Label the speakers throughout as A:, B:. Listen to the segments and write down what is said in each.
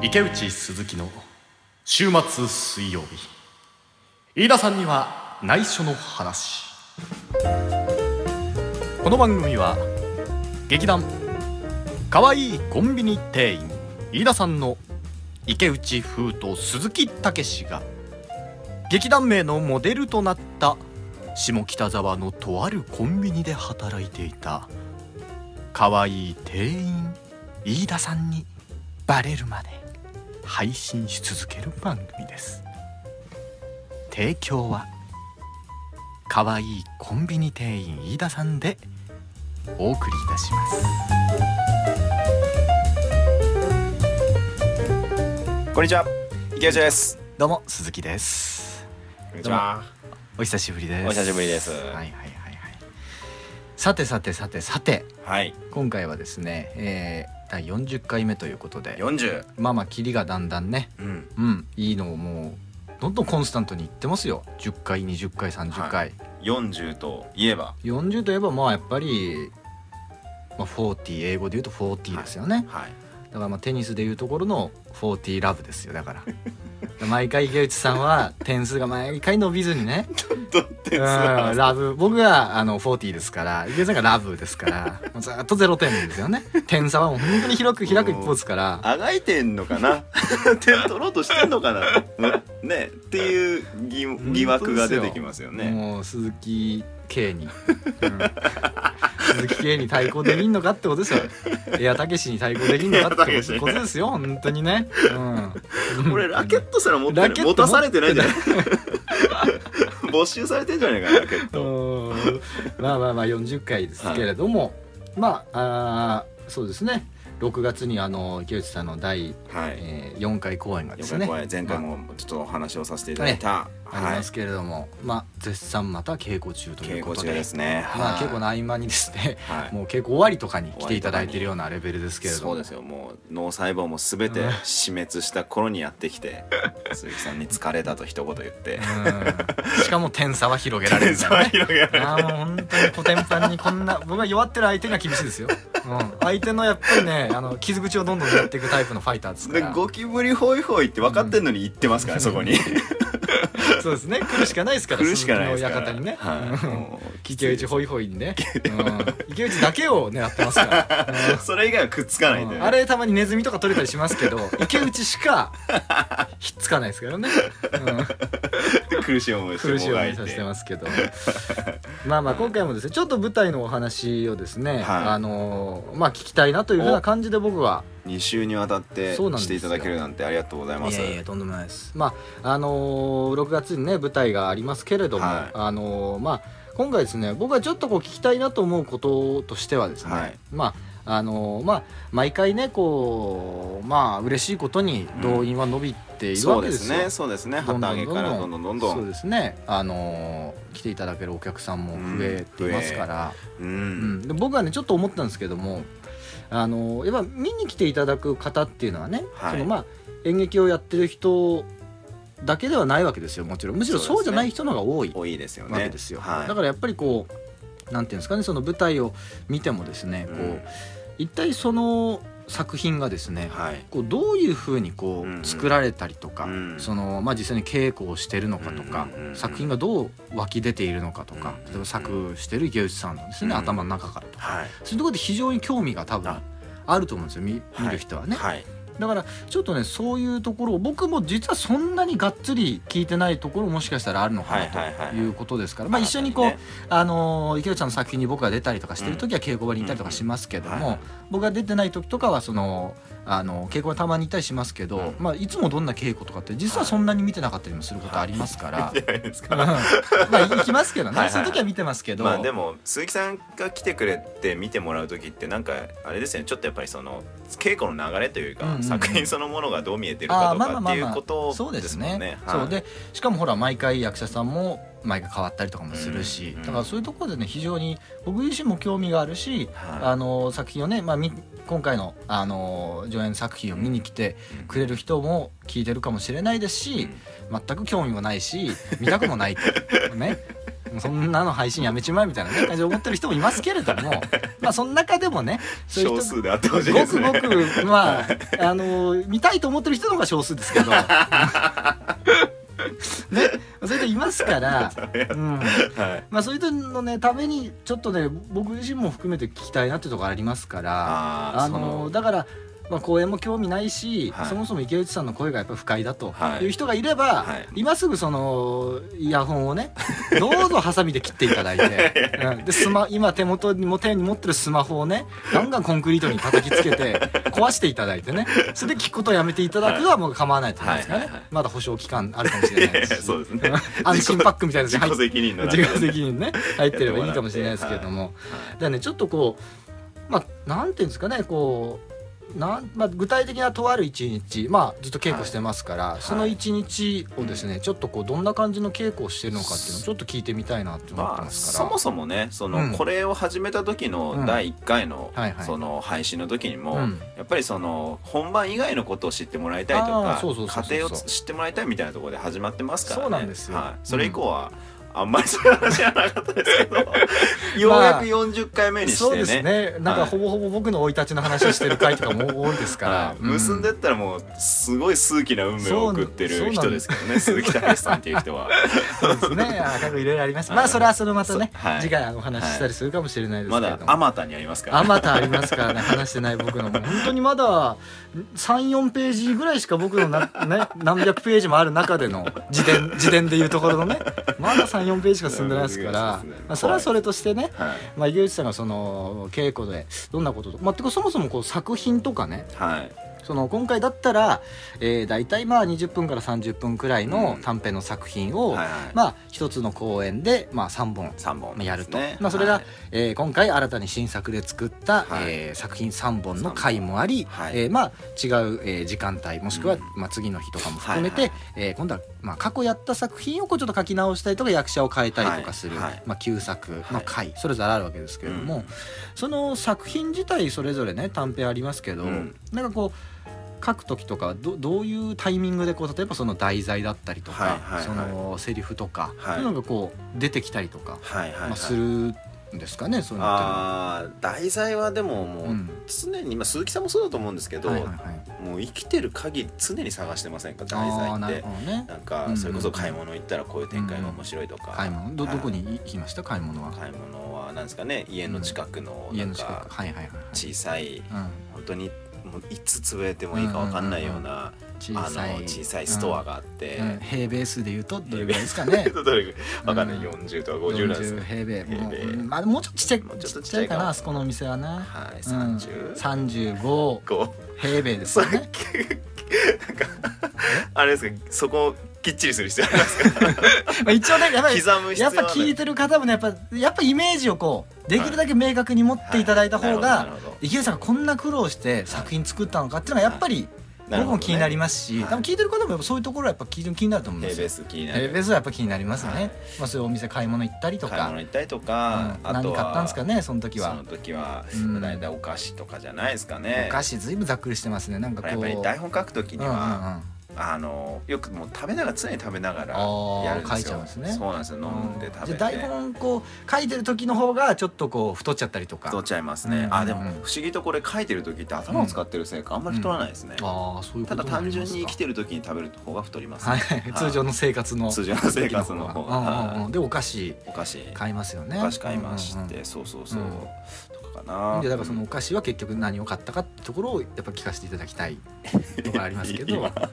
A: 池内鈴木の週末水曜日飯田さんには内緒の話この番組は劇団かわいいコンビニ店員飯田さんの池内風と鈴木武史が劇団名のモデルとなった下北沢のとあるコンビニで働いていた可愛い店員飯田さんにバレるまで配信し続ける番組です提供は可愛いコンビニ店員飯田さんでお送りいたします
B: こんにちは池内です
A: どうも鈴木です
B: こん
A: にちはお久しぶりです
B: お久しぶりです
A: はいはいはいはいさてさてさてさて
B: はい
A: 今回はですね、えー、第40回目ということで
B: 40
A: まあまあキリがだんだんね
B: うん
A: うんいいのをもうどんどんコンスタントにいってますよ10回20回30回、
B: は40といえば
A: 40といえばまあやっぱり、まあ、40英語で言うと40ですよね、
B: はい
A: だからまあテニスでいうところの40ラブですよだから だから毎回池内さんは点数が毎回伸びずに ね
B: どって
A: うんラブ僕があの40ですから池内さんがラブですからもうずっと0点ですよね点差はもう本当に広く開く一方ですから
B: あがいてんのかな点取ろうとしてんのかなうんねっていう疑疑惑が出てきますよね
A: もう鈴木 K に、鈴木 K に対抗できんのかってこと ですよエアたけしに対抗できんのかってことことですよ本当にね、うん、
B: これラケットすら持ってな
A: ラ
B: い
A: ケット
B: 持たされてないんじゃ ない
A: 持
B: 没収されてんじゃないかなラケット
A: うんまあまあまあ40回ですけれども、まああーそうですね6月にあの池内さんの第、
B: はい
A: えー、4回公演がです
B: 4
A: ね
B: 回公演前回もちょっとお話をさせていただいた
A: あり
B: は
A: ま
B: い
A: すけれども、まあ絶賛また稽古中とい
B: 稽
A: うこ
B: 古
A: と
B: 中
A: で
B: ですね
A: まあ
B: はい
A: 稽古の合間にですね
B: はい
A: もう結構終わりとかに来ていただいてるようなレベルですけれど
B: そう
A: も
B: ですよもう脳細胞も全て死滅した頃にやって きて鈴木さんに「疲れた」と一言言って
A: うんしかも点差は広げられるんだよね
B: 広げられる
A: ああもう本当にコテンパンにこんな僕が弱ってる相手が厳しいですよ、うん、相手のやっぱりねあの傷口をどんどん塗っていくタイプのファイターですか
B: で
A: ら
B: ゴキブリホイホイって分かってんのに言ってますから、そこに
A: そうですね来るしかないですから
B: 来るしかないですから
A: 鈴木の館にね、
B: はい
A: うん
B: もうきつ
A: 池
B: いで
A: 内
B: す
A: ホイホイにね、うん池内だけを狙ってますから、うん
B: それ以外はくっつかないんだよ、ね、
A: あれたまにネズミとか取れたりしますけど池内しかひっつかないですからね、うん
B: 苦しい思いして
A: 苦しい思い
B: も
A: さ
B: がい
A: せ
B: て
A: てますけどまあまあ今回もですねちょっと舞台のお話をですね、あのーまあ聞きたいなというふうな感じで僕は
B: 2週にわたって
A: そうなんです
B: し
A: よ
B: ていただけるなんてありがとうございます
A: とんでもないですまああのー6月にね舞台がありますけれども、
B: はい
A: あのーまあ今回ですね僕はちょっとこう聞きたいなと思うこととしてはですね、
B: はい
A: まああのーまあ毎回ねこうまあ嬉しいことに動員は伸びている
B: そ
A: わ
B: う
A: け
B: で
A: です
B: す
A: よ、
B: ねそうですね旗揚げからどんどんどんどん
A: そうですねあのー来ていただけるお客さんも増えていますから、
B: う
A: うん
B: ん
A: で僕はねちょっと思ったんですけどもあのーやっぱ見に来ていただく方っていうのはね、
B: はい
A: そのまあ演劇をやってる人だけではないわけですよもちろんむしろ
B: そうで
A: そうじ
B: すね
A: ゃない人の方が多い
B: 多いですよね
A: わけですよ、
B: はい、
A: だからやっぱりこうなんていうんですかねその舞台を見てもですね、
B: うん
A: こう一体その作品がですね、
B: はい
A: こうどういうふうにこ
B: うんうん
A: う作られたりとか、
B: うん
A: そのまあ、実際に稽古をしてるのかとか、
B: うんうんうんうん
A: 作品がどう湧き出ているのかとか
B: うんうん、うん
A: 例えば作してる池内さんのですね、
B: うん
A: 頭の中からとか
B: はい
A: そういうところで非常に興味が多分
B: あ
A: あると思うんですよ見見る人はね、
B: はい
A: だからちょっとねそういうところを僕も実はそんなにがっつり聞いてないところもしかしたらあるのか
B: はいはい
A: な
B: は
A: と
B: い
A: いうことですから、まあ、一緒にこう、
B: 新たね
A: あのー池内さんの作品に僕が出たりとかしてる時は稽古場にいたりとかしますけども、
B: うんうんはい
A: 僕が出てない時とかはそのあの稽古場たまにいたりしますけど、
B: うん
A: まあ、いつもどんな稽古とかって実はそんなに見てなかったりもすることありますから、
B: じゃないです
A: うん
B: か
A: まあ行きますけどね
B: はいはいはい
A: その時は見てますけど、
B: まあでも鈴木さんが来てくれて見てもらう時ってなんかあれですよねちょっとやっぱりその稽古の流れという
A: う
B: か、
A: んうんうん
B: 作品そのものがどう見えてる
A: あ
B: か
A: ー
B: と
A: まあま
B: か
A: あ
B: っ
A: ま
B: て
A: あ
B: いう
A: ま
B: こ
A: あ
B: と
A: そうです
B: もん
A: ね。
B: はい
A: そうでしかもほら毎回役者さんも毎回変わったりとかもするし、
B: うんうん
A: だからそういうところでね非常に僕自身も興味があるし、
B: は
A: あの作品をね、まあ、み今回のあの上演作品を見に来て
B: うん
A: くれる人も聞いてるかもしれないです
B: い
A: し、全く興味もないし見たくもないと ねそんなの配信やめちまえみたいな、ね、感じで思ってる人もいますけれどもまあその中でもねそういう
B: 少
A: 人
B: 数であってほしい
A: ご
B: です
A: く
B: ね
A: ごくまああの見たいと思ってる人の方が少数ですけ どねそれでいます から、うん
B: はい
A: まあ、そういう人のねためにちょっとね僕自身も含めて聞きたいなってところありますから
B: あー
A: あ
B: そ
A: の
B: の
A: だから、まあ、公演も興味ないし、
B: はい
A: そもそも池内さんの声がやっぱ不快だと
B: はい
A: いう人がいれば、
B: はい
A: 今すぐそのイヤホンを ねどうぞハサミで切っていただいて、うん、でスマ今手元にも手に持ってるスマホをねガンガンコンクリートに叩きつけ て壊していただいてねそれで聞くことをやめていただくのはもう構わないと思うんですからね、
B: はいはいはい
A: まだ保証期間あるかもしれないです し
B: そうですね
A: 安心パックみたいなやつ
B: 自
A: に入っ
B: 己責任の
A: 自
B: 中で
A: 己責任ね入ってればいいかもしれないですけれども、だからねちょっとこうまあなんていうんですかねこうなん、まあ、具体的なとある一日まあずっと稽古してますから、
B: い
A: その一日をですね、ちょっとこうどんな感じの稽古をしてるのかっていうのをちょっと聞いてみたいなって思って
B: まあ
A: ますか
B: そ
A: ら、
B: もそもねその、
A: うん
B: これを始めた時
A: うん
B: の第1回の,、
A: はいはい
B: その配信の時にも、
A: うん
B: やっぱりその本番以外のことを知ってもらいたいと
A: あー
B: か
A: そうそうそうそう
B: 家庭を知ってもらいたいみたいなところで始まってますからね
A: そうなんですよ
B: はい、それ以降は、あんまりそういう話はなかったです けどようやく40回目にしてね,、
A: そうですねなんか
B: はい
A: ほぼほぼ僕の生い立ちの話をしてる回とかも多いですか
B: は
A: ら
B: い、 結んでったらもうすごい数奇な運命を送って
A: そうな
B: る
A: んそうなん
B: 人ですけどね鈴木隆さんっていう人は
A: そう ですねあーなんかいろいろあります
B: はい
A: まあそれはそれまたね、
B: はい
A: 次回お話ししたりするかもしれないです
B: ま
A: けれど
B: だ
A: も、
B: あまたにありますから
A: あまたありますからね話してない僕のもう本当にまだ34ページぐらいしか僕のな、ね、何百ページもある中での自伝自伝でいうところのねまだ34ページしか進んでないですから、
B: そうですね
A: まあ、それはそれとしてね、
B: はい
A: まあ、池内さんがその稽古でどんなことと、まあ、てかそもそもこう作品とかね
B: はい
A: その今回だったら、えー、大体まあ20分から30分くらいの
B: うん
A: 短編の作品を、
B: はいはい
A: まあ一つの公演で、まあ、3本
B: 3本
A: やると、
B: ですね
A: まあ、それが、
B: はい
A: えー今回新たに新作で作った、
B: はい
A: えー作品3本の回もあり、
B: はい
A: えーまあ、違う、えー時間帯もしくは、
B: うん
A: まあ、次の日とかも含めて、
B: はいは
A: えー今度は、まあ、過去やった作品をこうちょっと書き直したりとか役者を変えたりとかする、
B: はいはい
A: まあ、旧作の回、それぞれあるわけですけれども、
B: うん
A: その作品自体それぞれね短編ありますけど、
B: うん
A: なんかこう書く時とかどどういうタイミングでこう例えばその題材だったりとか、
B: はいはいはい
A: そのセリフとか、
B: は
A: そ
B: い
A: ういうのがこう出てきたりとか
B: はいはいはい、
A: まあ、するんですかね、そういうのってのは
B: あー題材はでももう、
A: うん
B: 常に、まあ、鈴木さんもそうだと思うんですけど、
A: はいはいはい
B: もう生きてる限り常に探してませんか題
A: あーな
B: 材
A: る
B: って
A: ほどね
B: なん
A: うんう
B: か
A: ん
B: それこそ買い物行ったらこういう展開が面白いとか、
A: 買い物ど
B: はい
A: どこに行きました買い物は
B: 買い物はなんですかね家の近くのな
A: 家
B: ん
A: の近
B: か
A: くはいはいはいはい
B: 小さい
A: うん
B: 本当にもういつ潰れてもいいか分かんないような、
A: 小
B: あ
A: さい
B: の小さいストアがあっ
A: う
B: て、
A: んうん平米数で言うとどれぐらいですかね
B: どれぐらい分かんない、
A: うん
B: 40とか50なんですか
A: 40平米もう、
B: 平米
A: うんまあ、もうちょっとちっちゃい
B: もうちょっ
A: ちっ
B: とちっ
A: ち
B: ち
A: ゃ
B: ゃ
A: い
B: い
A: か
B: か
A: なあそこのお店はな、
B: はい
A: うん
B: 30、
A: 35
B: こ
A: 平米
B: う
A: です
B: そ
A: よ
B: れ
A: ね
B: なんかあれですかそこをきっちりする必要ありますか
A: まあ一応ねやっぱり
B: 刻む必要
A: やっ
B: は
A: ぱ聞いてる方もねやっぱやっぱイメージをこうできるだけ明確に持っていただいた方が、
B: はいなるほどなるほど
A: 池内さんがこんな苦労して作品作ったのかっていうのはやっぱり僕も気になり
B: ま
A: ますし、
B: な
A: 多
B: るほど
A: 分
B: ね
A: 聞いてる方もやっぱそういうところはやっぱ気に気になると思うんです
B: 平
A: よ
B: 米。数気にな
A: 平
B: る
A: 米数はやっぱ気になりますね。
B: はい
A: まあそういうお店買い物行ったりと
B: 買い
A: か
B: 物、行ったりとか、
A: うん
B: あと
A: 何
B: は
A: 買ったんですかねその時
B: そ
A: は
B: の。時は
A: うん
B: 大体お菓子とかじゃないですかね
A: お菓子ずいぶんざっくりしてますね。なんかこう。
B: やっぱり台本書く時に
A: うんうん
B: は、
A: うん
B: あのよくもう食べながら常に食べながら
A: あー
B: やるんですよ
A: 書いちゃうんですね
B: そうなんですよ飲んで食べて
A: じゃあ台本こう書いてる時の方がちょっとこう太っちゃったりとか。
B: 太っちゃいますね、
A: うん
B: あでも
A: うん
B: 不思議とこれ書いてる時って頭を使ってるせいかあんまり太らないですね、
A: ああそういうこと
B: ただ単純に生き
A: き
B: てる時に食べる方が太ります、
A: はい
B: ね
A: はい通常の生活の
B: 通常の生活の方
A: 時の方がうんうんう
B: が
A: んでお菓子
B: お菓子
A: 買いますよね。
B: お菓子買いまし
A: う
B: て、
A: んうんうん
B: そうそうそう、
A: うん
B: とかかな
A: でだからそのお菓子は結局何を買ったかってところをやっぱ聞かせていただきたいとかありますけ ど
B: 今
A: う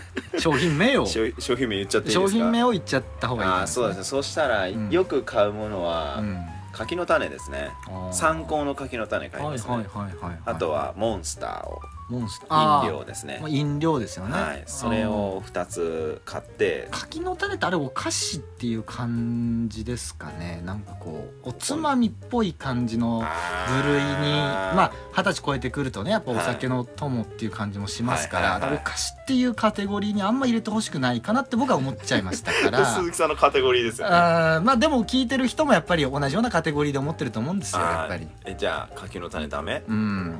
A: ん商品名を
B: 商商品名言っちゃっていいです
A: 商
B: か
A: 品名を言っちゃった方がいい
B: あーそうですねそうしたら、
A: ん
B: よく買うものは、
A: ね
B: 柿の種ですね参考の柿の種買いますね、
A: はいはいはいはい
B: あとはモンスタ
A: モンスタ
B: ー
A: ー
B: を飲料ですね
A: まあ飲料ですよね
B: はいそれを2つ買って
A: あー柿の種ってあれお菓子っていう感じですかねなんかこうおつまみっぽい感じの部類にまあ二十歳超えてくるとねやっぱお酒の友っていう感じもしますから、
B: はいはいはい
A: お菓子っていうカテゴリーにあんま入れてほしくないかなって僕は思っちゃいましたか ら
B: 鈴木さんのカテゴリーですよね
A: あーまあでも聞いてる人もやっぱり同じようなカテゴリーで思ってると思うんですよやっぱり
B: あーえじゃあ柿の種ダメ
A: うん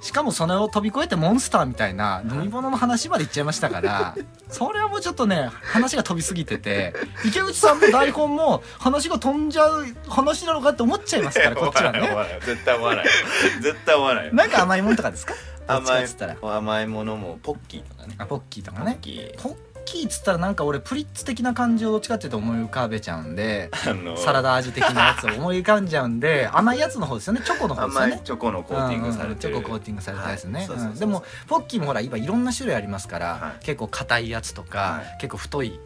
A: しかもそれを飛び越えてモンスターみたいな
B: うん
A: 飲み物の話までいっちゃいましたから、 それはもうちょっとね話が飛びすぎてて池内さんも台本も話が飛んじゃう話なのかって思っちゃい ますからこっちは
C: 終
A: ね
C: わらない終わらない絶対終わらない
B: 絶対思わないよ
A: なんか甘いもんとかですかどっちか
B: 甘
A: っ
B: い
A: つったら
B: 甘いものもポッキーとかね
A: あポッキーと
B: ポ
A: かね
B: ッキー
A: ポッキーっつったらなんか俺プリッツ的な感じをどっちかっていうと思い浮かべちゃうんで
B: あの
A: サラダ味的なやつを思い浮かんじゃうん で甘いやつの方ですよねチョコの方ですよ
B: 甘い
A: ね
B: チョコのコーティングされてる、
A: うんうんチョココーティングされたやつ
B: は
A: ね
B: いそうそうそう
A: うんでもポッキーもほら今いろんな種類ありますから、
B: はい
A: 結構硬いやつとか、
B: は
A: 結構太い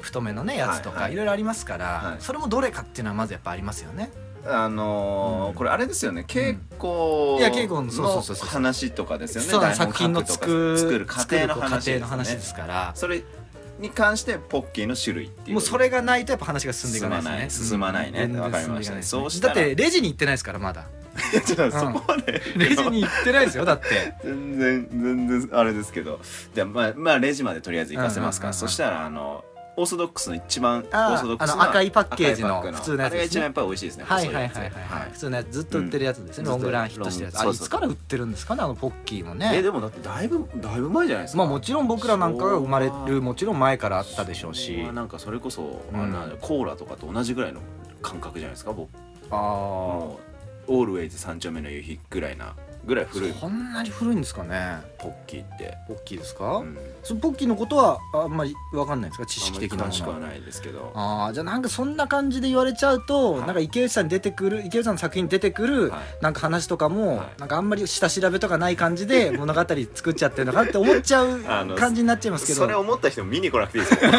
A: 太めのねやつとか、
B: はい
A: い
B: はい
A: ろいろありますから、
B: はい
A: それもどれかっていうのはまずやっぱありますよね、
B: あのー
A: うん
B: これあれですよね稽古
A: いや稽古のそうそうそうそう
B: 話とかですよね
A: そうなんです
B: 台本
A: 作品の
B: 書くと
A: 作
B: か
A: る
B: 作る過程の
A: 作る
B: 話
A: 過
B: で
A: 程
B: す
A: の
B: ね
A: 話ですから
B: それに関してポッキーの種類っていう
A: もうそれがないとやっぱ話が進んでいかないですね
B: 進まない進まないね
A: うん
B: わかりました
A: 全然進んでいかないですね
B: そうしたら
A: だってレジに行ってないですから まだ
B: ちょっとそこまで、
A: レジに行ってないですよだ って
B: 全然全然あれですけどじゃあまあ、まあ、レジまでとりあえず行かせますか、
A: うんうんうんうん
B: そしたらあのオーソドックスの一番オ
A: あー
B: ーソドックス
A: あ
B: な
A: の赤いパッケージの
B: 赤いパック
A: 普通のやつ
B: あれが
A: です
B: 一
A: ね
B: 番やっぱり美味しいですね
A: はい
B: 細
A: はい
B: やつ
A: はいはい、
B: は
A: 普通のやつずっと売ってるやつですね、
B: うん
A: ロングランヒットしてるやつあ
B: ロン
A: れいつから売ってるんですかねあのポッキーもね
B: えでもだってだいぶだいぶ前じゃないですか
A: まあもちろん僕らなんかが生まれるもちろん前からあったでしょう
B: それ
A: し
B: はなんかそれこそ、
A: うん
B: あのコーラとかと同じぐらいの感覚じゃないですか僕
A: あ
B: もうオールウェイズ三丁目の夕日ぐらいなぐらい
A: あ
B: 古い
A: そんなに古いんですかね
B: ポッキーって、
A: ポッキーです
B: う
A: か、
B: ん、
A: そのポッキーのことはあんまり分かんないですか知識的な
B: あんまり
A: も
B: 詳しくは
A: のは
B: ないですけど
A: ああじゃあなんかそんな感じで言われちゃうと、
B: はい
A: なんか池内さんに出てくる池内さんの作品に出てくる、
B: はい
A: なんか話とかも、
B: はい
A: なんかあんまり下調べとかない感じ で物語作っちゃってるのかなって思っちゃう
B: あの
A: 感じになっちゃいますけど
B: それ思った人も見に来なくてい いですよ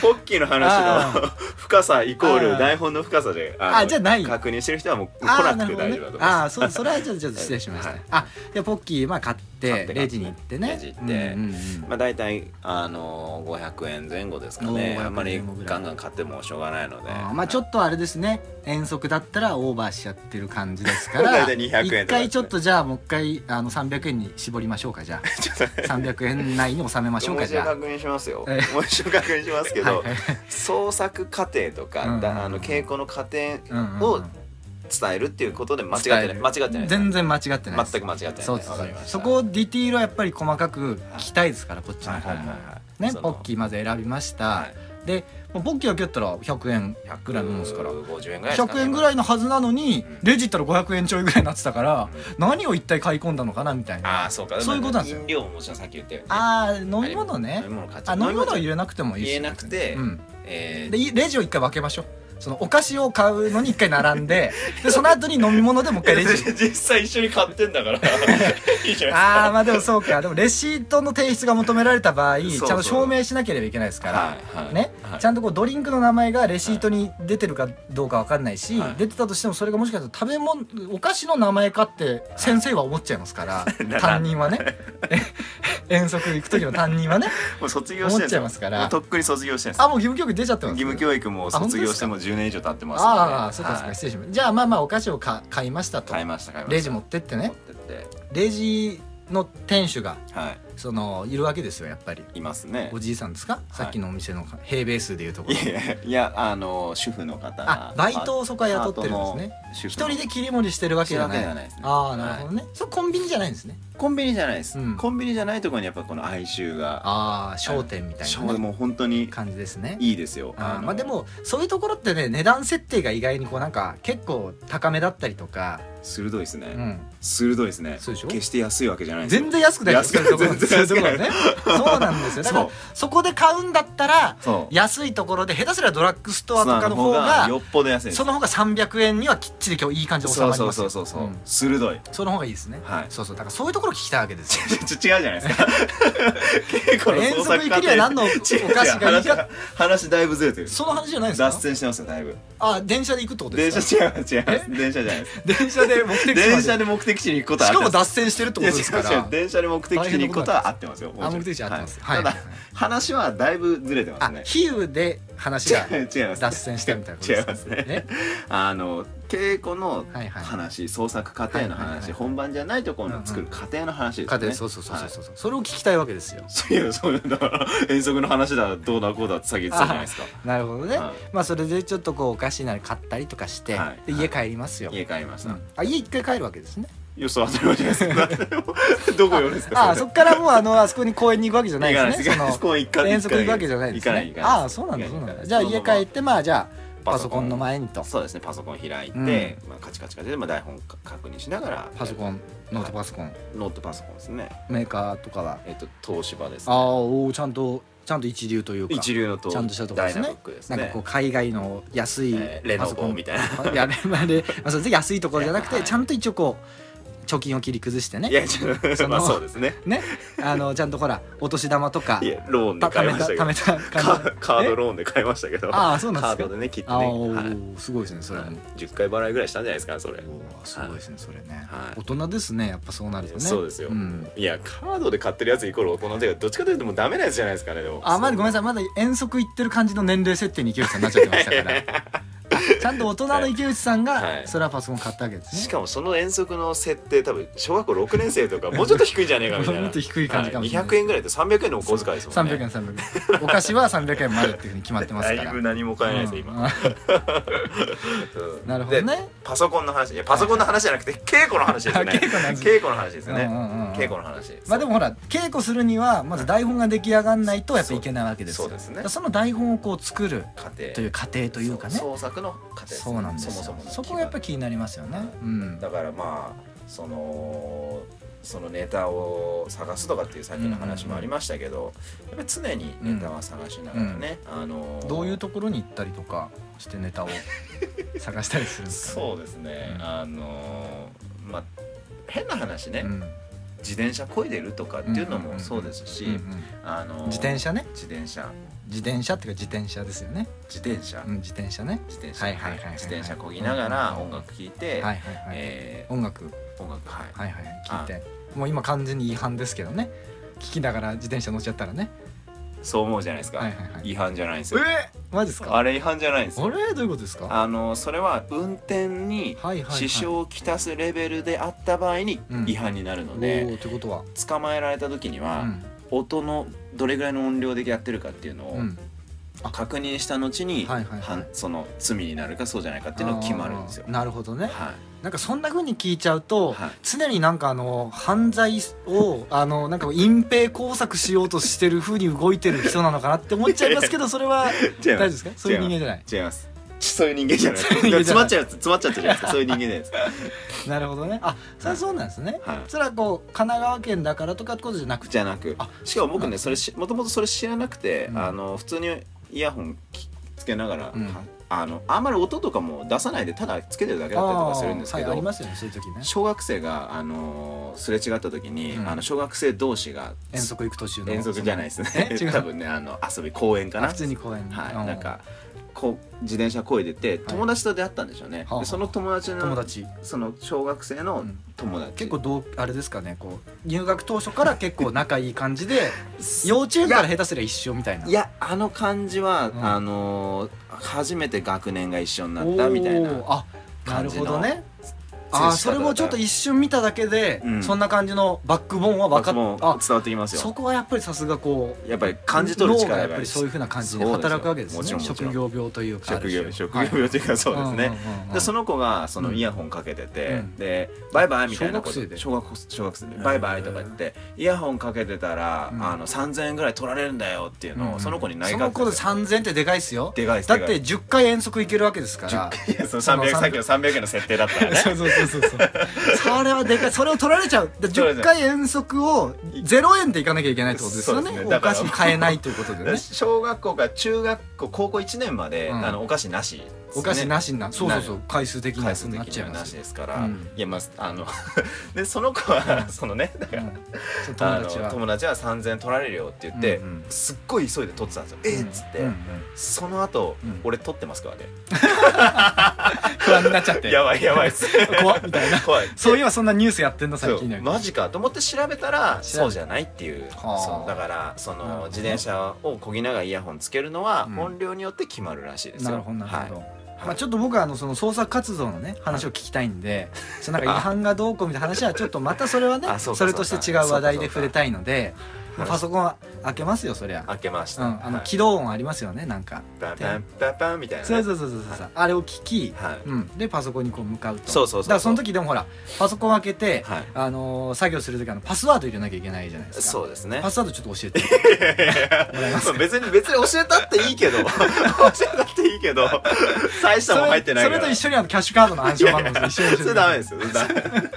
B: ポッキーの話の深さイコー
A: あー
B: ル台本の深さであの
A: あじゃあない
B: 確認してる人はもう来
A: あー
B: なくて大丈
A: な
B: 夫だと思い
A: るほどねあ
B: ま
A: ー
B: す
A: そうそれはちょっとちょっと失礼しました、
B: はい
A: あでポッキーまあ買って
B: 買って
A: レジに行ってね
B: レジ行
A: う
B: って
A: んうんうん
B: まあ、大体、あのー、500円前後ですかね
A: おー
B: あんまり
A: 500円ぐらい
B: ガンガン買ってもしょうがないので
A: あーまあちょっとあれですね遠足だったらオーバーしちゃってる感じです か
B: 大
A: ら
B: 体200円とかですね
A: 一回ちょっとじゃあもう一回あの300円に絞りましょうかじゃ あ300円内に収めましょう
B: もう
A: か
B: 一
A: じ
B: 度
A: ゃあ
B: 確認しますよ、
A: え
B: もう一度確認しますけど、
A: はいはい
B: 創作過程とか、
A: うんうんうん
B: だあの稽古の過程
A: うんうん
B: を伝えるっていうことで間違ってない
A: 伝える
B: 間違ってない
A: 全然間違ってないです
B: 全く間違ってない
A: そうです
B: わかりました
A: そこをディティールはやっぱり細かく聞きたいですからこっちの方
B: は
A: も
B: いはいはいはい
A: ね
B: その
A: ポッキーまず選びました、
B: はい
A: でもうポッキーだけやったら100円ぐらいのもんですから
B: 50円ぐらいですか
A: 100
B: ね
A: 円ぐらいのはずなのにレジ行ったら500円ちょいぐらいになってたから何を一体買い込んだのかなみたい
B: あ
A: な
B: あそうか
A: そういうことなんですよ
B: 飲料ももちろんさっき言ったようにね
A: あー飲み物ね
B: 飲み物買っちゃ
A: あ
B: う
A: 飲み物は入れなくてもいいし
B: 入れなくて
A: うん、
B: えー
A: でいレジを一回分けましょうそのお菓子を買うのに一回並んででその後に飲み物でもう一回レジ
B: 実際一緒に買ってん だからいいじゃない
A: ああまあでもそうかでもレシートの提出が求められた場合
B: うそう
A: ちゃんと証明しなければいけないですから、
B: はいはい
A: ね
B: はい
A: ちゃんとこうドリンクの名前がレシートに出てるかどうかわかんないし、
B: はい
A: 出てたとしてもそれがもしかしたら食べ物お菓子の名前かって先生は思っちゃいます から、担任はね遠足行く時の担任はね
B: もう卒業して
A: 思っちゃいますから
B: もうとっくに卒業してるんです
A: あもう義務教育出ちゃってます
B: 義務教育も卒業しても10年以上経ってますんで
A: ああそうかそう
B: は
A: か
B: い
A: 失礼しましたじゃあまあまあお菓子をか買いましたと
B: 買いました買いました
A: レジ持ってってね
B: 持ってって
A: レジの店主が
B: は
A: そのいるわけですよやっぱり
B: いいますね
A: おじいさんですか、さっきのお店の平米数でいうとこ
B: い
A: ろ
B: やいやあの主婦の方
A: あバイトをそこは雇ってるんですね
B: 一
A: 一人で切り盛りしてるわけじゃない
B: してるわけじゃないですね
A: ああなるほどね、それコンビニじゃないんですね
B: コンビニじゃないです、
A: うん
B: コンビニじゃないところにやっぱこの哀愁が
A: ああ商店みたい
B: しょ
A: な、
B: う
A: ね、
B: もう本当に
A: 感じですね
B: いいですよ
A: あー
B: の
A: まあでもそういうところってね値段設定が意外にこうなんか結構高めだったりとか、
B: 鋭いですね、
A: うん、
B: 鋭いですね
A: そうでしょ
B: 決して安いわけじゃないんですよ
A: 全然安くないですよ
B: 安く
A: そういうところそういう
B: 全
A: とこ
B: 然
A: ろねそうなんですよだから
B: そう
A: そこで買うんだったら
B: そう
A: 安いところで下手すりゃドラッグストアとかの方
B: そうな
A: が
B: よっぽど安いです
A: その方が300円にはきっちり今日いい感じで収まります
B: そ
A: よ
B: うそうそうそう、
A: ん
B: 鋭い
A: その方がいいですね、
B: はい
A: そうそうだからそういうところ聞きたいわけですよ
B: ちょ違うじゃないですか 結構の
A: 遠
B: 創
A: 足
B: 作
A: 行
B: 過
A: くには何のお菓
B: 違う違う
A: 子がいい
B: 話
A: か
B: が話だいぶずれてる
A: その話じゃないんです
B: 脱
A: か
B: 線してますよだいぶ
A: あ電車で行くってことで
B: 電車
A: すか
B: 違う違う電車じゃないです
A: 電車で目的地まで
B: 電車で目的地に行くこと
A: し
B: はあっ
A: か
B: てま
A: も
B: す
A: 脱線してるってことですか
B: いや違う違
A: ら
B: う電車で目的地に行くことは合ってますよ
A: あ目的地合ってますはい
B: ただ話はだいぶずれてま
A: あ
B: すね
A: 比喩で話 が
B: 違う違います
A: 脱線したみたいなことですか
B: 違いますね
A: え
B: あの稽古の
A: はいはい
B: 話創作過程の
A: はいはいは
B: 話
A: い
B: 本番じゃないところの作る過程の話で
A: 家
B: すよ
A: 庭
B: ね
A: そうそうそうそう
B: はい
A: そう、それを聞きたいわけですよ
B: そういうそういうだから遠足の話だどうだこうだって詐欺言ってたじゃないですか
A: なるほどね、
B: はい
A: まあそれでちょっとこうお菓子なり買ったりとかして、
B: はい
A: で家帰りますよ、
B: 家帰りました
A: うんあ家一回帰るわけですね
B: よそ当たり前じゃな いですかどこ寄るんですか
A: ああそっからもうあ のあそこに公園に行くわけじゃない
B: 行かない
A: で
B: ですす
A: ね
B: 行
A: そ
B: かない
A: の
B: です公園行かない
A: 遠足行くわけじゃないですね
B: 行かない行かない
A: ああそうなんだそうなんだ
B: 行かない
A: じゃあ
B: その
A: 家
B: まま
A: 帰ってまあじゃあパソコンの前にと
B: そうですねパソコン開いて、
A: う
B: まあ、カチカチカチで、まあ、台本か確認しながら
A: パソコンノートパソコン
B: ノートパソコンですね
A: メーカーとかは
B: えっと東芝です、
A: ああおーちゃんとちゃんと一流というか
B: 一流のと
A: ちゃんとしたとこですね
B: ダイナミックです
A: な
B: ね
A: んかこう海外の安い
B: えーレ
A: パ
B: ノ
A: ソコ
B: ボ
A: ン
B: みたいな
A: あいや、まあね、まあ、それで安いところじゃなく
B: は
A: て、
B: い
A: ちゃんと一応こう貯金を切り崩して
B: い
A: ね。
B: やちょっ と
A: その
B: まあそうですね
A: ね、あのちゃんとほら、お年玉とか
B: い、やローンで
A: た
B: 買い
A: 貯
B: ま
A: め、
B: したた
A: 貯
B: けど
A: めた
B: カ
A: 感じ。
B: カードローンで買いましたけど
A: ああ、そうなん
B: カー
A: です
B: ド
A: か。
B: でね切ってね、
A: ああ、お
B: はい、
A: ーすごいですね、それはもう。
B: 10回払いぐらいしたんじゃないですかそれ、
A: おーすごいですね、それね
B: は。い
A: 大人ですね、やっぱそうなるとね。
B: そうですよ、
A: ん
B: いやカードで買ってるやつイコール大人っていうかどっちかというともうダメなやつじゃないですかねでも
A: あ、まだごめんなさい、まだ遠足行ってる感じの年齢設定に池内さんになっちゃってましたから。 ちゃんと大人の池内さん
B: は
A: が、
B: い
A: それはパソコン買ったわけですね。
B: しかもその遠足の設定多分小学校6年生とかもうちょっと低いんじゃねえかみたいな
A: もっと低い感じかもしれない
B: は200円ぐらいで300円のお小遣いですもんね
A: 300円、300円。お菓子は300円までっていうふうに決まってます
B: だ
A: から。
B: いぶ何も買えないですよ今、
A: うん
B: うん
A: なるほどね
B: でパソコンの話いやパソコンの話じゃなくて稽古の話ですよね
A: あ稽古の話
B: 稽古の話ですよね
A: うんうんうんうん
B: 稽古の話
A: まあでもほら稽古するにはまず台本が出来上がんないとやっぱいけないわけですよ
B: そうですね
A: だからその台本をこう作る
B: 家庭
A: という過程というかね
B: そう創作の過程ですね
A: そうなんですよ
B: そもそもの
A: そこがやっぱり気になりますよねうん
B: だからまあそのそのネタを探すとかっていうさっきの話もありましたけど、やっぱり常にネタは探しながらね、あの
A: どういうところに行ったりとかしてネ タを探したりするんですかね
B: そうですね、
A: うん
B: あのまあ変な話ね、
A: うん
B: 自転車漕いでるとかっていうの
A: うんうんうん
B: もそうですし、
A: うんうん
B: あの
A: 自転車ね
B: 自転車
A: 自転車っていうか自転車ですよね
B: 自転車、
A: うん自転車ね
B: 自転車、
A: はいはいはいはい
B: 自転車漕ぎながら
A: うん
B: 音楽聴いて、
A: はいはいはい
B: え
A: 音楽
B: ー音楽はい、
A: はいはい聞いてもう今完全に違反ですけどね聞きながら自転車乗っちゃったらね
B: そう思うじゃないですか、
A: はいはいはい
B: 違反じゃないんですよ、
A: えマジですか
B: あれ違反じゃないんですよ
A: あれどういうことですか
B: あのそれは運転に
A: はいはいはい
B: 支障をきたすレベルであった場合に
A: うん
B: 違反になるの
A: お
B: で、
A: ーということは、
B: 捕まえられた時には、
A: うん
B: 音のどれぐらいの音量でやってるかっていうのを
A: うん
B: 確認した後に、
A: はいはいはい
B: はんその罪になるかそうじゃないかっていうのが決まるんですよ
A: あー。なるほどね
B: は
A: なんかそんな風に聞いちゃうと、
B: はい、
A: 常になんかあの犯罪をあのなんか隠蔽工作しようとしてる風に動いてる人なのかなって思っちゃいますけどそれはい 大
B: 違
A: 丈夫ですかそういう人間じゃない
B: 違いますそういう人間じ ゃない
A: そういう人間じゃ
B: 詰
A: ない
B: まっちゃうやつ詰まっちゃったじゃないですかそういう人間じゃない ですか
A: なるほどねあそれはそうなんですね、
B: はい
A: それはこう神奈川県だからとかってことじゃなくて
B: じゃなく
A: あ
B: しかも僕ねそれしもともとそれ知らなくて、
A: うん
B: あの普通にイヤホンきつけながら、
A: うん
B: はあのあんまり音とかも出さないでただつけてるだけだったりとかするんですけ
A: あー
B: ど、
A: はい、ありますよねそういう時ね
B: 小学生が、あのーすれ違った時に、
A: うん
B: あの小学生同士が
A: 遠足行く途中の
B: 遠足じゃないです
A: え
B: ね
A: 違う
B: 多分ねあの遊び公園か
A: あ
B: な
A: 普通に公園に、
B: はい
A: うん
B: なんかこう自転車こいでて友達と出会ったんでしょうね、
A: はあはあ
B: でその友達の
A: 友達
B: その小学生の友達、
A: 結構どうあれですかねこう入学当初から結構仲いい感じ で幼稚園から下手すりゃ一緒みたいない
B: やあの感じは、
A: うん
B: あのー初めて学年が一緒にな
A: お
B: ったみたい
A: ー
B: な
A: あなるほどねあー
B: 接し方
A: それもちょっと一瞬見ただけで、
B: うん
A: そんな感じのバックボーンは分か
B: 僕も
A: っあ
B: 伝わってきます
A: そ
B: よ
A: こはやっぱりさすがこう
B: やっぱり感じ取る
A: 脳
B: 力
A: が
B: が
A: や
B: や
A: っ
B: っ
A: ぱ
B: ぱ
A: り
B: り
A: そういうふうな感じで
B: そうですよ
A: 働くわけですね
B: もちろんもちろ
A: 職
B: ん
A: 業病というかあ
B: 職
A: る
B: 業
A: 種
B: 職業病というかそうですね、
A: んんんん
B: でその子がそのイヤホンかけてて、
A: うん
B: でバイバイみたいなこと
A: 小学生で
B: 小学小学生でバイバイとか言ってイヤホンかけてたら、
A: うん
B: あの3000円ぐらい取られるんだよっていうのをその子に投げ
A: そ
B: か
A: の
B: け
A: 子
B: て
A: で3000ってでかいっすよ
B: でかいです
A: だっ
B: でか
A: て
B: い
A: 10回遠足行けるわけですから
B: いやその300さっきの300円の設定だったらね
A: そうそうそうそうそう。それはでかい。それを取られちゃう。で
B: 取られち
A: 10
B: ゃう
A: 回遠足を0円で行かなきゃいけないってことですよね。
B: そうですね
A: お
B: だか
A: 菓
B: ら
A: 子買えないということでね。
B: 小学校から中学校高校1年まで、
A: うん
B: あのお菓子なしです
A: お
B: ね、
A: 菓子なしになる。そうそうそう
B: な。
A: 回数的には
B: 回
A: そ
B: 数
A: う
B: 的
A: なっちゃ
B: に
A: い
B: は
A: ま
B: な
A: す
B: し
A: よ。
B: ですから、
A: うん
B: いやまああの でその子は、そのねだか
A: う
B: ら、
A: んそう
B: あ
A: 友達は。
B: の友達は3000円取られるよって言って、
A: うんうん
B: すっごい急いで取ってたんですよ、えっっつって、
A: うんうん
B: その後、
A: うん
B: 俺取ってますからね
A: 不安になっちゃって。
B: やばいやばいっす
A: 怖っみたいな。
B: 怖い
A: そういえばそんなニュースやってんだ
B: そ
A: 最
B: う
A: 近ね。
B: マジかと思って調べた
A: 調べ
B: ら
A: た
B: そうじゃないっていう
A: はあ
B: そうだからそ
A: なるほ
B: の
A: どね
B: 自転車をこぎながらイヤホンつけるのは
A: うん
B: 音量によって決まるらしいですよ
A: なるほどなるほど。
B: はい
A: まあちょっと僕はあのその創作活動のね話を聞きたいんで、そのなんか違反がどうこうみたいな話はちょっとまたそれはね
B: あそうか
A: それとして違う話題で触れたいので、まあパソコン開けますよそりゃ、
B: 開けまし
A: う
B: た、
A: ん、あの
B: はい
A: 起動音ありますよねなんか
B: パンパンパンパンみたいなね
A: そうそうそうそうそうあれを聞き、
B: はい
A: うん、でパソコンにこう向かうと
B: そうそうそうそ
A: だ
B: う
A: からその時でもほらパソコン開けて、
B: はい
A: あのー作業する時あのパスワード入れなきゃいけないじゃないですか
B: そうですね
A: パスワードちょっと教え て
B: まあ 別に別に教えたっていいけど 教えたっていいけど大したもん入ってないか
A: それ
B: ら
A: それと一緒にあのキャッシュカードの暗証番号と一緒に教えて
B: それダメですよダメ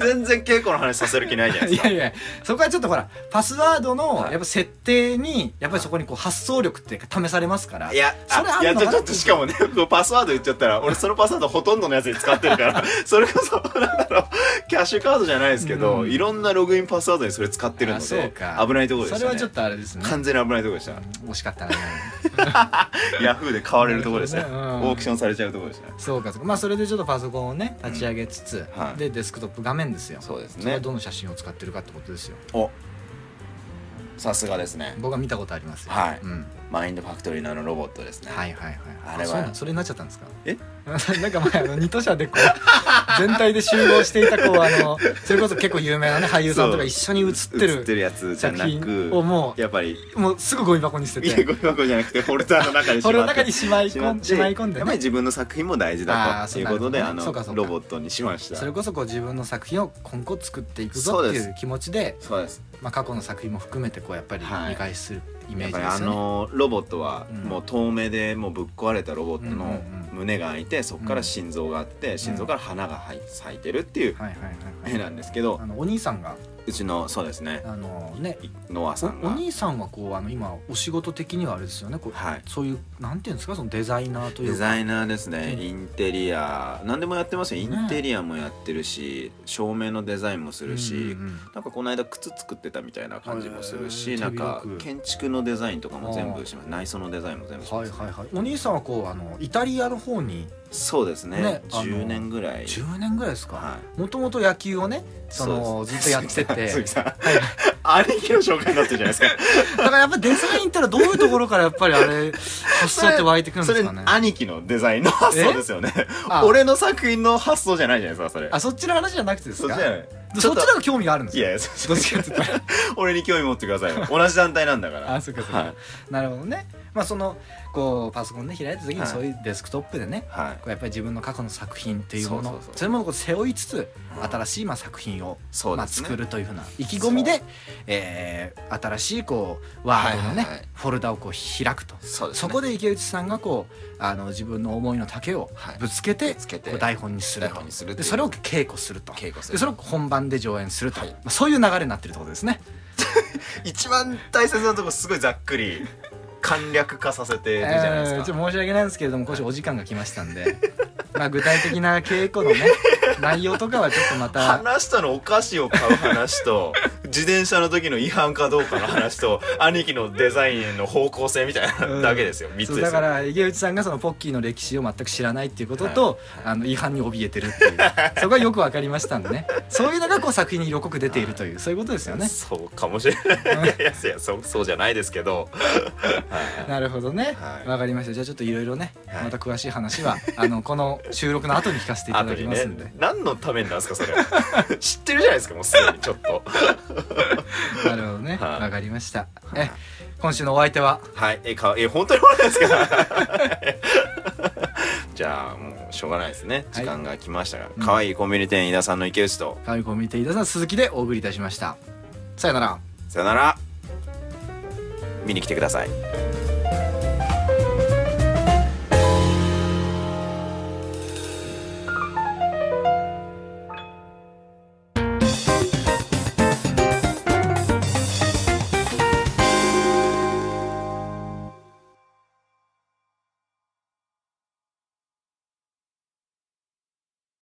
B: 全然稽古の話させる気ないじゃない
A: い
B: ですか
A: やいやそこはちょっとほらパスワードの
B: はい
A: やっぱ設定にやっぱりそこにこう発想力って試されますから
B: いや、
A: それある
B: いや、
A: の
B: ち
A: かな
B: ょちょっとしかもね、こうパスワード言っちゃったら、俺そのパスワードほとんどのやつに使ってるから、 それこそ、なんだろう、キャッシュカードじゃないですけど、
A: うん
B: いろんなログインパスワードにそれ使ってるの
A: あそう
B: で、
A: か
B: 危ないところで
A: そ
B: し
A: れ
B: た
A: は
B: ね
A: ちょっ。とあれですね
B: 完全に危ないところでした。
A: うん惜しかったね
B: ヤフーで買われるところですね。
A: なるほどねうん
B: オークションされちゃうところでしたね。
A: そうかそうかまあそれでちょっとパソコンをね立ち上げつつ、
B: うんはい
A: でデスクトップ画面ですよ
B: そうです
A: それは
B: ね。
A: どの写真を使ってるかってことですよ
B: お、さすがですね。
A: 僕は見たことありますよ、
B: はい
A: うん、
B: マインドファクトリーのあのロボットですね。
A: はいはいはい
B: あれは
A: そうなんそれになっちゃったんですか
B: え
A: なんか前あの二都社でこう 全体で集合していたこうあのそれこそ結構有名なね俳優さんとか一緒に写って
B: 映って
A: る
B: るやつじゃ
A: 作
B: な
A: 品
B: く、
A: をも
B: やっぱり、
A: うもうすぐゴミ箱に捨
B: い
A: て
B: や、
A: て
B: ゴミ箱じゃなくて、フォルダーの中にしま
A: そ
B: っ
A: れ
B: て
A: の中にしまい
B: しま
A: 込
B: っ
A: ん
B: て
A: しまい込んで
B: やっぱ
A: ね
B: り自分の作品も大事だ
A: あー
B: ということで
A: そうなるほ
B: あ
A: どね
B: の
A: そうかそうか
B: ロボットにしました
A: それこそこう自分の作品を今後作っていくぞ
B: そ
A: っ
B: う
A: て
B: で
A: い
B: す
A: う気持ちで
B: そうです
A: まあ、過去の作品も含めてこうやっぱり
B: はい
A: 見返するイメ
B: や
A: ー
B: っ
A: ジで
B: ぱり
A: すよ
B: あ
A: ね、
B: のロボットは
A: うん
B: もう遠目でもうぶっ壊れたロボット
A: うんうん
B: の
A: う
B: 胸が開いてそこから心臓があって心臓から花がはい咲いてるっていう
A: はいはいは
B: 絵
A: いはい
B: なんですけど
A: あのお兄さんが
B: うちのそうですね
A: あのね
B: ノアさん
A: おお
B: が
A: 兄さんはこうあの今お仕事的にはあれですよねこう、
B: はい
A: そういうなんていうんですかそのデザイナーとい
B: デ
A: うか
B: ザイナーですね
A: うん
B: インテリア何でもやってますよインテリアもやってるし照明のデザインもするし
A: うんうんうん
B: なんかこの間靴作ってたみたいな感じもする
A: へ
B: し
A: ー
B: なんか
A: 手広く
B: 建築のデザインとかも全
A: あー
B: 部します内装のデザインも全部しま
A: は
B: す
A: いはいはいお兄さんはこうあのイタリアの方に
B: そうですね
A: ねあの
B: 10年ぐらい
A: 10年ぐらいですか
B: は
A: もともと野球をね
B: い
A: その
B: う
A: ず
B: で
A: っ
B: す
A: とやって て
B: 鈴木さん鈴木
A: はい
B: さん兄貴の紹介になってるじゃ ないですか
A: だからやっぱデザインってのはどういうところからやっぱりあれ発想って湧いてくるん
B: そ
A: で
B: れ
A: すかね
B: 兄貴のデザインの発想ですよね
A: あ
B: 俺の作品の発想じゃないじゃないですかそれ
A: あそっちの話じゃなくてです
B: そっ
A: か
B: ちじゃない
A: そっちの
B: ちょ
A: 方が興味があるんで
B: い
A: すか
B: やいや
A: ど
B: そ
A: っちかって言った ら
B: 俺に興味持ってくださ いよ同じ団体なんだから
A: あそうかそうか
B: はい
A: なるほどねまあそのこうパソコンで開いた時
B: は
A: に
B: い
A: そういうデスクトップでね
B: はい
A: こうやっぱり自分の過去の作品っていうも
B: そ
A: の
B: うそうそう
A: そういうものを背負いつつ
B: うん
A: 新しいまあ作品を
B: そう
A: ま
B: で
A: あ
B: すね
A: 作るというふうな意気込みで
B: そ
A: えー新しいこうワードの
B: はいはいは
A: ね
B: い
A: フォルダをこう開くと
B: そうです
A: そ
B: ね
A: こで池内さんがこうあの自分の思いの丈を
B: はい
A: ぶつけて
B: ぶつけて
A: こう台本にする
B: 台
A: と
B: 本にするっていう
A: でそれを稽古すると
B: 稽古する
A: でそれを本番で上演すると
B: はい
A: まあそういう流れになってるってことですね
B: 一番大切なとこすごいざっくり簡略化させてるじゃない
A: えー
B: です
A: ちょ
B: か
A: っと申し訳ないんですけれども今週お時間が来ましたんでまあ具体的な稽古の ね内容とかはちょっとまた
B: 話したのお菓子を買う話と 自転車の時の違反かどうかの話と兄貴のデザインの方向性みたい
A: うん
B: なだけですよ3つです
A: そう
B: よ
A: だから池内さんがそのポッキーの歴史を全く知らないっていうことと、あの違反に怯えてるっていう そこがよく分かりましたんでねそういうのがこう作品に色濃く出ているというそういうことですよね。
B: そうかもしれない いやいやそうそうじゃないですけど
A: なるほどね、わ
B: はい
A: 分かりましたじゃあちょっといろいろね、
B: はい
A: また詳しい話 はあのこの収録の後に聞かせていた
B: 後
A: だき
B: に
A: ますんで、
B: ね何のためになんですかそれ 知ってるじゃないですかもうすでにちょっと
A: なるほどね、
B: はい
A: 分かりました、
B: い
A: え今週のお相手は
B: はいえかえ本当にもらえないですか じゃあもうしょうがないですね時間が来ましたが、
A: うん
B: 可愛いコンビニ店員井田さんの池内と
A: カミコミテイダさん鈴木でお送りいたしましたさよなら
B: さよなら見に来てください